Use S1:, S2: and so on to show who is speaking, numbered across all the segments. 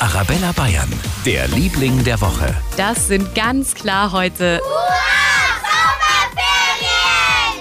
S1: Arabella Bayern, der Liebling der Woche.
S2: Das sind ganz klar heute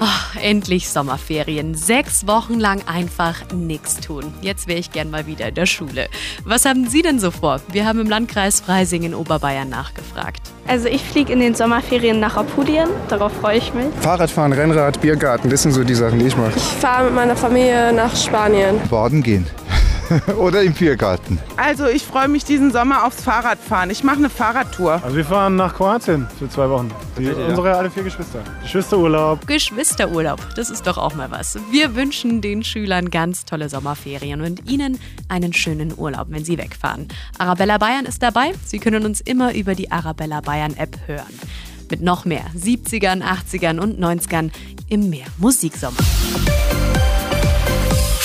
S2: oh, endlich Sommerferien. Sechs Wochen lang einfach nichts tun. Jetzt wäre ich gern mal wieder in der Schule. Was haben Sie denn so vor? Wir haben im Landkreis Freising in Oberbayern nachgefragt.
S3: Also ich fliege in den Sommerferien nach Apulien, darauf freue ich mich.
S4: Fahrradfahren, Rennrad, Biergarten, das sind so die Sachen, die ich mache.
S5: Ich fahre mit meiner Familie nach Spanien.
S6: Baden gehen. Oder im Biergarten.
S7: Also ich freue mich diesen Sommer aufs Fahrradfahren. Ich mache eine Fahrradtour.
S8: Also wir fahren nach Kroatien für zwei Wochen. Die, ja. Unsere alle vier Geschwister. Geschwisterurlaub.
S2: Geschwisterurlaub, das ist doch auch mal was. Wir wünschen den Schülern ganz tolle Sommerferien und Ihnen einen schönen Urlaub, wenn Sie wegfahren. Arabella Bayern ist dabei. Sie können uns immer über die Arabella Bayern App hören. Mit noch mehr 70ern, 80ern und 90ern im Meer Musiksommer.